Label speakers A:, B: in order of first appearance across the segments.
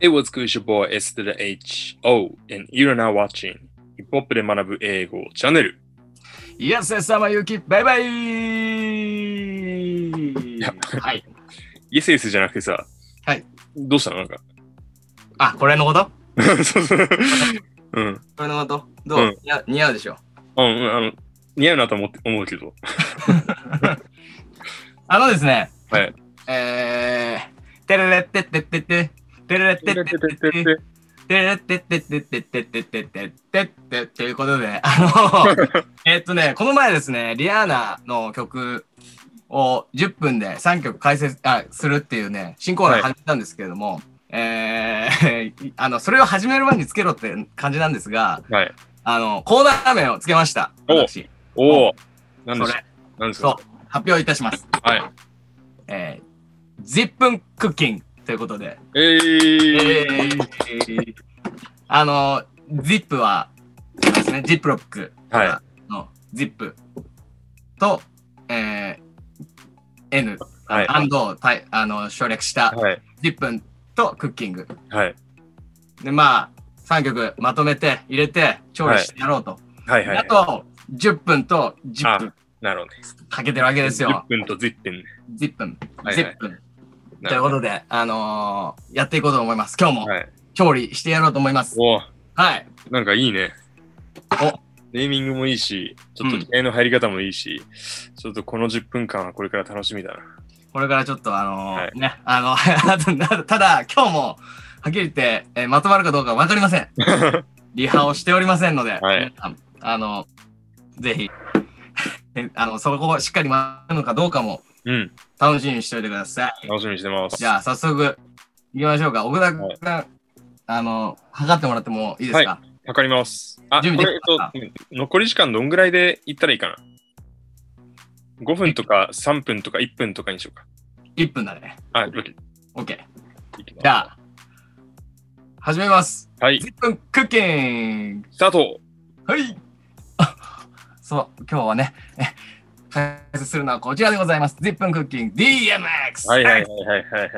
A: Hey, what's good? It's your boy S to the H O and you're now watching ヒップホップで学ぶ英語チャンネル。
B: イエスエス様ゆき、バイバイ
A: や
B: はい。
A: イエスイエスじゃなくてさ、
B: はい。
A: どうしたのなんか。
B: あ、これのこと
A: そうそう。うん。
B: これのことどう、
A: うん
B: 似合う似合うでしょ
A: あうん、あの、似合うなと思って思うけど。
B: あのですね、
A: はい。
B: えー、てれれってってってって、てれれってってってって、てれれってってってってってってってってってってっていうことで、あの、えっとね、この前ですね、リアーナの曲を10分で3曲解説あするっていうね、新コーナー始めたんですけれども、えー、 あの、それを始める前につけろって感じなんですが、
A: はい。
B: あの、コーナー名をつけました。
A: お
B: 私、
A: おお。なん
B: そ
A: です
B: れ、
A: なんです
B: そう
A: か、
B: 発表いたします。
A: はい。
B: えー、10分クッキングということで。
A: えー。
B: ーあの、ZIP は、そうですね、ジップロック
A: は
B: の ZIP と、えー、N、
A: はい
B: アンドをたいあの省略した
A: い。はい。
B: 10分とクッキング。
A: はい。
B: で、まあ、3曲まとめて入れて調理してやろうと。
A: はい。はい
B: あ。と、10分と10分
A: なるほどね。
B: かけてるわけですよ。
A: 10分と10分ね。
B: 10分、
A: はいはい
B: 10分
A: な
B: とい
A: る
B: う
A: ほ
B: こ
A: ど
B: とで、あのーやっていこうと思います。今日も
A: はい。
B: 調理してやろうと思います。
A: おお。
B: はい。
A: なんかいいね。
B: お
A: ネーミングもいいし、ちょっと
B: うん
A: 気合の入り方もいいし、ちょっとこの10分間はこれから楽しみだな。
B: これからちょっと、あのー
A: はい
B: ね、あの あと、ただ、今日も、はっきり言って、えーまとまるかどうかわかり ません。リハをしておりませんので、
A: はい
B: 皆さんあの、ぜひ、えあの、そこをしっかり回るのかどうかも
A: うん、
B: 楽しみにしておいてください。
A: 楽しみにしてます。
B: じゃあ、早速、行きましょうか。奥田君、あの、測ってもらってもいいですか、
A: わかります。あ、これ、
B: 準備
A: え
B: で
A: っ
B: き
A: と
B: た、
A: 残り時間どんぐらいでいったらいいかな ?5 分とか3分とか1分とかにしようか。
B: ?1 分だね。
A: あ、OK。い
B: OK。
A: きます
B: じゃあ、始めます。
A: はい、
B: 10分クッキング
A: スタート
B: はいあそう、今日はね、え解説するのはこちらでございます。10分クッキング DMX!
A: はいはいはいはいはい。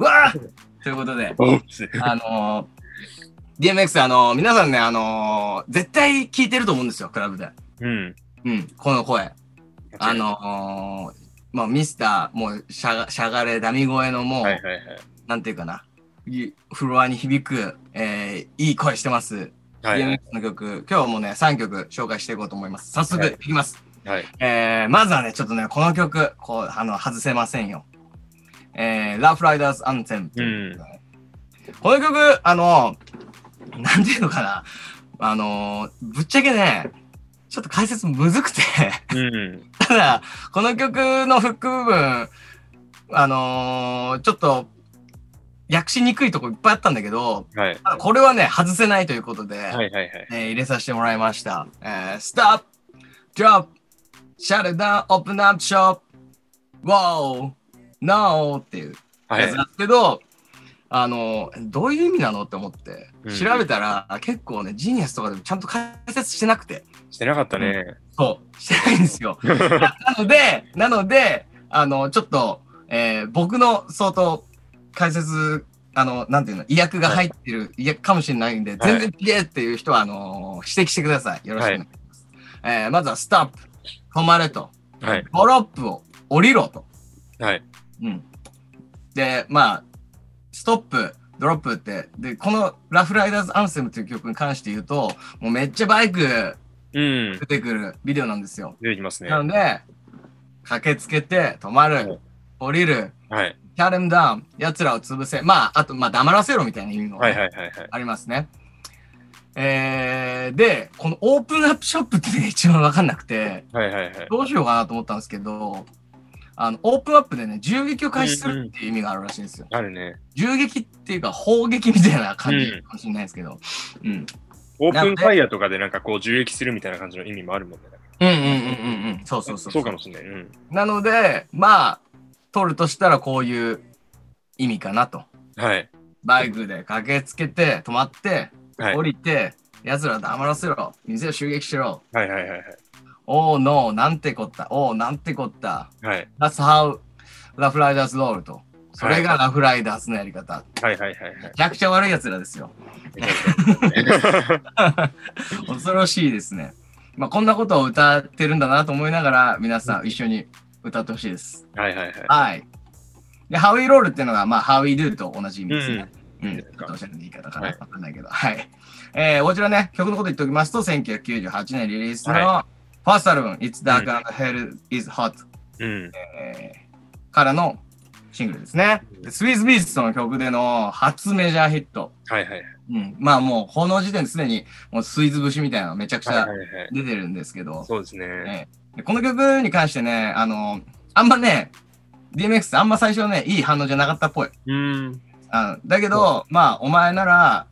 B: わあということで、
A: おうですね
B: あのー、DMX、あのー、皆さんね、あのー、絶対聞いてると思うんですよ、クラブで。
A: うん。
B: うん、この声。あ、のー、まあ、ミスター、もうしゃが、しゃがれ、ダミ声のもう、
A: はいはいはい。
B: なんていうかな、いフロアに響く、えー、いい声してます。
A: はいはい
B: DMX の曲、今日もね、3曲紹介していこうと思います。早速
A: はい
B: いきます。
A: はい。
B: えー、まずはね、ちょっとね、この曲、こう、あの、外せませんよ。えー、Love Riders Anthem という曲、この曲、あの、なんていうのかな、あの、ぶっちゃけね、ちょっと解説むずくて、
A: うん。
B: ただ、この曲のフック部分、あのーちょっと、訳しにくいとこいっぱいあったんだけど、
A: はい。
B: ただこれはね、外せないということで、
A: はいはいはい。
B: えー入れさせてもらいました。えー、Stop! Drop! Shut it down! Open up shop! Wow! No! っていう
A: はい
B: やつなんですけど、あのーどういう意味なのって思って
A: うん
B: 調べたら、結構ねジーニアスとかでもちゃんと解説してなくて
A: してなかったね。
B: そうしてないんです よなのでなのであのちょっと、えー僕の相当解説あのなんていうの意訳が入ってる、意訳かもしれないんで、
A: はい
B: 全然綺麗っていう人はあの指摘してくださいよろしくお願いします、えーまずはスタップ止まれと
A: はい。
B: ドロップを降りろと、
A: はい。
B: うん、でまあストップドロップってでこの「ラフライダーズ・アンセム」という曲に関して言うともうめっちゃバイク
A: うん。
B: 出てくるビデオなんですよ
A: 出てきますね。
B: な
A: は
B: ので、駆けつけて、止ま
A: はい
B: る、降りる、
A: い。
B: キャルムダウン、奴らを潰せ、まあ、あと、まあ、黙らせろみたいな意味も
A: はいはいはいはい。
B: ありますね。えーで、このオープンアップショップってね一番わかんなくて、
A: はいはいはい。
B: どうしようかなと思ったんですけど、あの、オープンアップでね、銃撃を開始するっていう意味があるらしいんですよ。
A: あるね。
B: 銃撃っていうか、砲撃みたいな感
A: う
B: じ
A: ん
B: かもしれないですけど、うん。
A: オープンファイヤーとかでなんかこう銃撃するみたいな感じの意味もあるもんね。
B: うんうんうんうんうん。そうそうそう。
A: そうかもしれない。うん。
B: なので、まあ、取るとしたらこういう意味かなと。
A: はい。
B: バイクで駆けつけて、止まって、
A: はい。
B: 降
A: はい
B: りて、奴ら黙らせろ、店を襲撃しろ。
A: はいはいはい。
B: おーノー、なんてこった。おー、なんてこった。
A: はい。
B: That's how the Friday's roll と。それがラフライダーズのやり方。
A: はいはい はいはい
B: めちゃくちゃ悪い奴らですよ。恐ろしいですね。まあ、こんなことを歌ってるんだなと思いながら、皆さん一緒に歌ってほしいです。
A: はいはいはい。
B: はい。で、ハウイロールっていうのが、まあ、ハウイドゥと同じ意味ですね。うん。
A: いいで
B: ちょ
A: す
B: っ
A: か
B: とおしゃれな言い方か
A: は
B: ないわかんないけど。はい。えー、こちらね、曲のこと言っておきますと、1998年リリースの、
A: は
B: ファーストアルバム、It's Dark and Hell is Hot、
A: うん。
B: えーからのシングルですね。でスイーズビーストの曲での初メジャーヒット。
A: はいはい。
B: うん、まあもうこの時点ですでにもうスイーズ節みたいなのめちゃくち
A: はい
B: ゃ
A: はいはい。
B: 出てるんですけど、
A: そうですね。
B: ねでこの曲に関してね、あの、あんまね、DMX ってあんま最初ね、いい反応じゃなかったっぽい。
A: うん。
B: あのだけど、まあお前なら、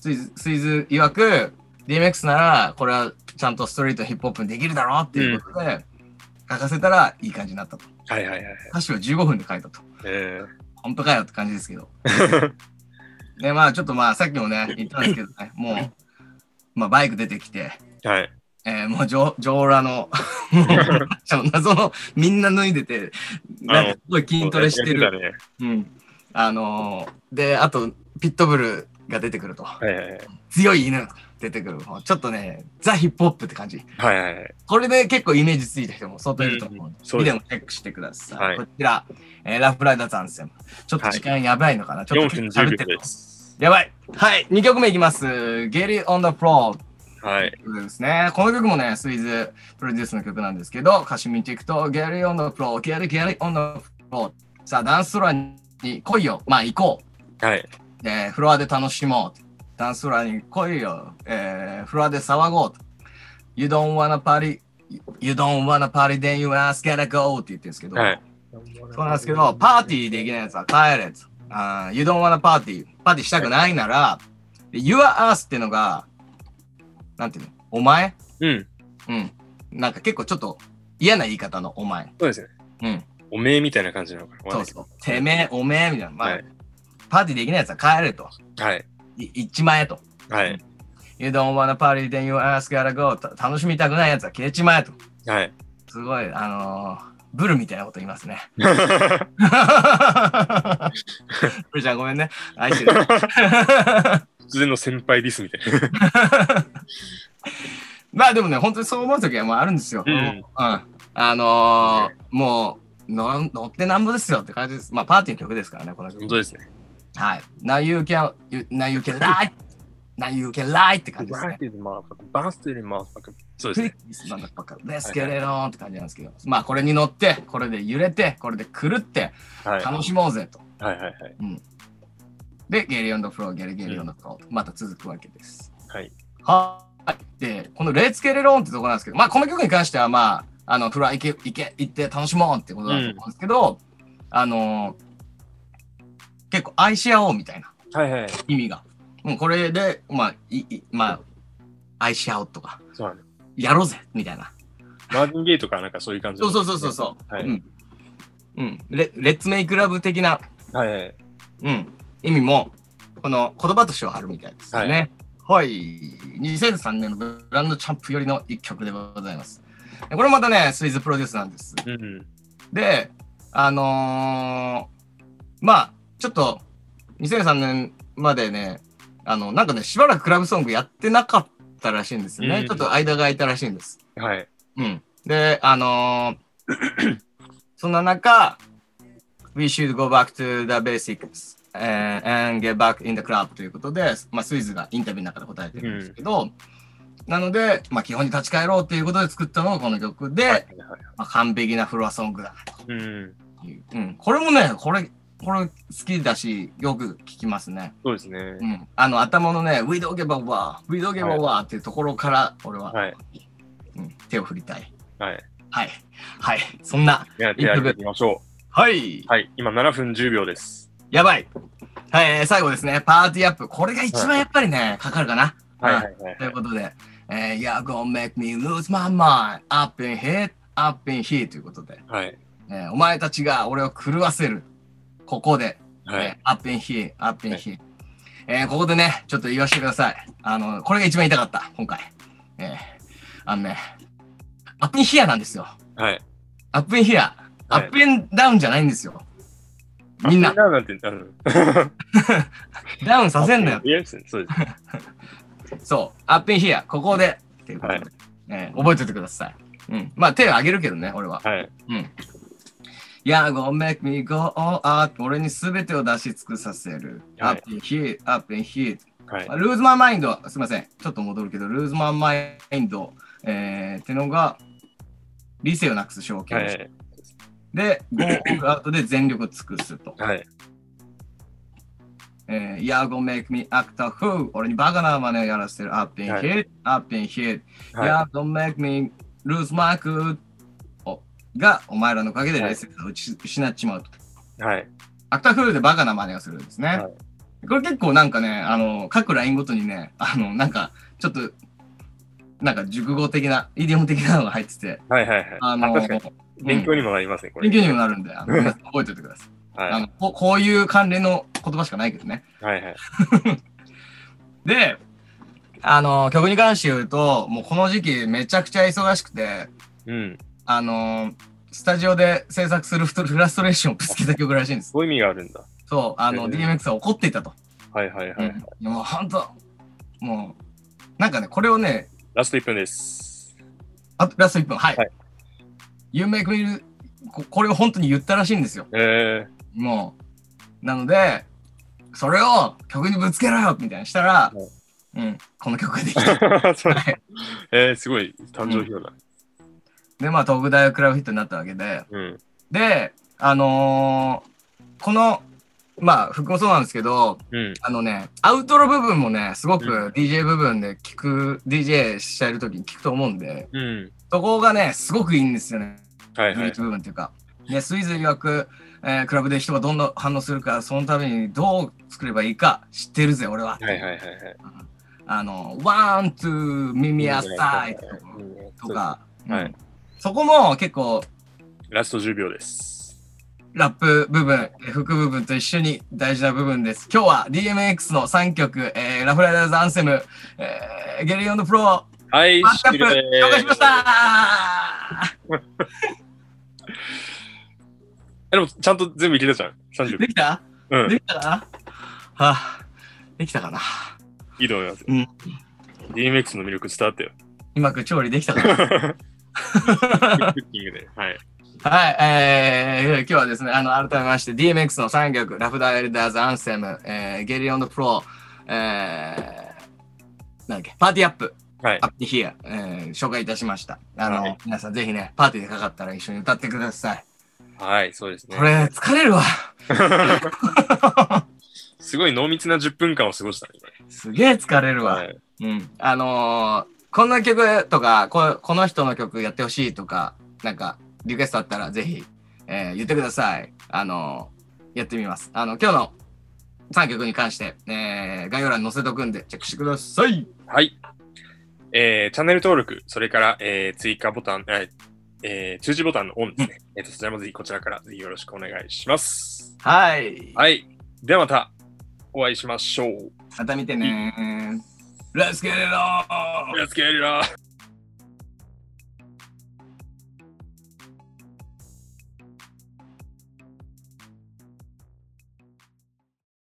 B: スイズ、スイズ曰く、DMX ならこれはちゃんとストリートヒップホップにできるだろうっていうことで、書かせたらいい感じになったと。
A: はいはいはい。
B: 歌詞を15分で書いたと。
A: え
B: 本当かよって感じですけど。で、まあちょっとまあさっきもね、言ったんですけどね、もう、まあバイク出てきて、
A: ー、はい。
B: えーもうジョ、ジョーラの、もうその謎のみんな脱いでて、なんかすごい筋トレして
A: やっ
B: る。
A: てたね。
B: うん。あのーで、あと、ピットブルが出てくると。
A: はいはいはい
B: 強い犬が出てくる。もうちょっとね、ザ・ヒップホップって感じ。
A: はいはいはい。
B: これで結構イメージついた人も相当いると思うので、
A: うんそう
B: ビ
A: で
B: デ
A: す
B: オもチェックしてください。
A: はい
B: こちら、えーラフライダーさんですよ。ちょっと時間やばいのかな、ちょっと
A: 4分10
B: 喋っ
A: 秒
B: てる
A: で。す。
B: やばい。はい、2曲目いきます。Get It On The Floor
A: はい。
B: ですね。この曲もね、スイーズプロデュースの曲なんですけど、歌詞見ていくと、Get it on the floor, get it, get it on the floor. さあ、ダンスフロアに来いよ。まあ、行こ
A: はい。
B: う。で、フロアで楽しもう。ダンスフロアに来いよ。えーフロアで騒ごう。You don't wanna party, you don't wanna party, then you ask gotta go って言ってるんですけど、
A: はい。
B: そうなんですけど、パーティーできないやつは帰れと。あー you don't wanna party. パーティーしたくないなら、で your ass ってのが、なんていうのお前
A: うん。
B: うん。なんか結構ちょっと嫌な言い方のお前。
A: そうですね。
B: うん。
A: おめえみたいな感じなのかな。
B: そうそう。てめえ、おめえみたいな。まあ、
A: はい
B: パーティーできないやつは帰れと。
A: はい。
B: い行っちまえと。
A: はい。
B: You don't wanna party, then you ask gotta go. た楽しみたくないやつは消えちまえと。
A: はい。
B: すごい、あのーブルみたいなこと言いますね。
A: は
B: ブルちゃんごめんね。愛してる。
A: い突然の先輩ディスみたいな。
B: まあでもね、本当にそう思う時はもうあるんですよ。
A: うん
B: あのーもうの乗ってなんぼですよって感じです。まあパーティーの曲ですからね、この曲
A: 本。当ですね。
B: はい。Now you can, you, now you can lie! Now you can lie! って感じですね。
A: ィーズマーファク、バースティーマーファク。そうですね
B: クリッ。クスなんだばっか Let's get it on! って感じなんですけど。まあこれに乗って、これで揺れて、これで狂って、
A: はい。はい
B: 楽しもうぜと。
A: はいはい。
B: で、ゲリオンドフロー、ゲリゲリオンドフローとまた続くわけです。
A: はい。
B: はい。で、この Let's get it on! ってとこなんですけど、まあこの曲に関してはまあ、あの、フロア行け、行け、行って楽しもうってことだと思うんですけど、あのー結構愛し合おうみたいな。
A: はいはい。
B: 意味が。もうこれで、まあ、いいまあ、愛し合おうとか、
A: そうなんです。
B: やろうぜみたいな。
A: マーヴィンゲイとかなんかそういう感じ。
B: そうそうそうそうそう。
A: はい
B: うん。うん。レレッツメイクラブ的な、
A: う。はいはい。
B: うん、意味も、この言葉としてはあるみたいですよね。はい。2003年のブランドチャンプよりの一曲でございます。でこれまたね、スイーズプロデュースなんです。
A: うん。
B: で、あのーまあ、ちょっと、2003年までね、あの、なんかね、しばらくクラブソングやってなかったらしいんですよね。
A: うん
B: ちょっと間が空いたらしいんです。
A: はい。
B: うん。で、あのー そんな中、We should go back to the basics and, and get back in the club ということで、まあ、スイズがインタビューの中で答えてるんですけど、なので、まあ、基本に立ち返ろうということで作ったのがこの曲で、
A: はいはい
B: まあ、完璧なフロアソングだ
A: うん。
B: うん、これもね、これ、これ好きだし、よく聞きますね。
A: そうですね
B: う。ん、あの頭のね、We don't give a war, We don't give a war っていうところから、俺は、
A: はい。
B: うん、手を振りたい。
A: はい。
B: はい。はい。そんな。
A: では、手を挙げてみましょ
B: はい。
A: う。はい。今7分10秒です。
B: やばい。はい、えー最後ですね。パーティーアップ。これが一
A: は
B: 番やっぱりね、かかるかな。
A: はいはいはい
B: ということで、えー、You're gonna make me lose my mind. Up in here, up in here ということで、
A: はい。
B: えーお前たちが俺を狂わせる。ここで。
A: は
B: えー
A: い。
B: アップンヒー、アップンヒー。えーここでね、ちょっと言わせてください。あの、これが一番痛かった、今回。えーあのね、アップンヒアなんですよ。
A: はい。
B: アップンヒア。ア
A: はい
B: ップンダウンじゃないんですよ。みんな、
A: ななんて、あの、
B: ダウンさせんなよ。
A: いやそうです。
B: そう、アップインヒア、ここで。っていうことで
A: はい
B: えー覚えておいてください。うん。まあ、手を挙げるけどね、俺は。
A: はい。
B: うん。Yeah, go make me go all out. 俺に全てを出し尽くさせる。
A: はい
B: Up in here, up in here.
A: はい。
B: ルーズマンマインド、すみません。ちょっと戻るけど、ルーズマンマインド、えー、ってのが、理性をなくす証
A: は
B: 券、
A: い。
B: で、ゴー all out で全力を尽くすと。
A: はい。
B: えー、Yeah, go make me act a fool. 俺にバカな真似をやらせてる。Up in
A: はい
B: here, up in here.
A: は
B: Yeah, don't make me lose my cool おがお前らのおかげで冷静さを失失っちまうと。
A: い。はい。
B: アクターフルでバカな真似をするんですね。
A: は
B: これ結構なんかね、あの、各ラインごとにね、あの、なんか、ちょっと、なんか熟語的な、イディオム的なのが入ってて、
A: はい。はい。
B: あの、
A: あ確かに勉強にもなりますね、これ。
B: 勉強にもなるんで、あの、皆さん覚えておいてください。あ
A: は
B: のここういう関連の言葉しかないけどね。
A: い。はい。はい。
B: で、あの、曲に関して言うと、もうこの時期めちゃくちゃ忙しくて、
A: うん。
B: あのースタジオで制作するフトフラストレーションをぶつけた曲らしいんです。
A: そういう意味があるんだ。
B: そう、あの、
A: へー
B: DMX は怒っていたと。
A: はい。はい。は
B: う
A: い
B: ん。いやもう本当、もう、なんかね、これをね、
A: ラスト1分です。
B: あとラスト1分、はい。
A: はい
B: You make me こ、これを本当に言ったらしいんですよ。
A: え
B: もう。なので、それを曲にぶつけろよみたいにしたら、
A: は
B: うん、この曲ができた。
A: ー。そう
B: はい
A: えー、すごい、誕生日だ。
B: で、まあ、東北大学クラブヒットになったわけで、
A: うん。
B: で、あのーこの、まあ、服もそうなんですけど、
A: うん。
B: あのね、アウトロ部分もね、すごく
A: うん
B: DJ 部分で聞く、DJ しちゃえるときに聞くと思うんで、
A: うん。
B: そこがね、すごくいいんですよね、
A: はい。
B: ブ
A: は
B: リ
A: い
B: ッ。ジ部分っていうか。ね、スイズ曰く、えークラブで人がどんな反応するか、そのためにどう作ればいいか知ってるぜ、俺は。
A: はい。はい。はい。はい。
B: あの、ワン、ツー、耳
A: ア
B: あさい
A: うん
B: とか、
A: うんはい
B: うんそこも結構、
A: ラスト10秒です。
B: ラップ部分、えー副部分と一緒に大事な部分です。今日は DMX の3曲、えーラフライダーズアンセム、えーゲリオンのプロ
A: はい、
B: マッチアップ
A: 終了
B: 紹介しました
A: えでも、ちゃんと全部いけたじゃん。30
B: できた
A: 分。うん、
B: できたかなはあ、できたかない
A: いと思います。
B: うん
A: DMX の魅力伝わ ったよ。
B: うまく調理できたかな
A: クッキングで。はい。
B: はい、えー、今日はですね、あの、改めまして DMX の3曲、ラフダイルダーズアンセム、えーゲリオンのプロ、えー、なんだっけ、パーティーアップ。
A: はい
B: ア。ップヒア、えー紹介いたしました。あの、
A: はい
B: 皆さんぜひね、パーティーでかかったら一緒に歌ってください。
A: はい、そうですね
B: こ。れ、疲れるわ。
A: すごい濃密な10分間を過ごしたね。
B: すげえ疲れるわ。
A: はい。
B: うん。あのーこんな曲とかこ、この人の曲やってほしいとか、なんか、リクエストあったらぜひ、えー言ってください。あのーやってみます。あの、今日の3曲に関して、えー概要欄に載せとくんで、チェックしてください。
A: はい。えー、チャンネル登録、それから、えー、追加ボタン、えーえー、通知ボタンのオンですね。えっ、と、そちらもぜひこちらからぜひよろしくお願いします。
B: はい。
A: はい。ではまたお会いしましょう。
B: また見てねー。Let's get it on!
A: やつけるよ。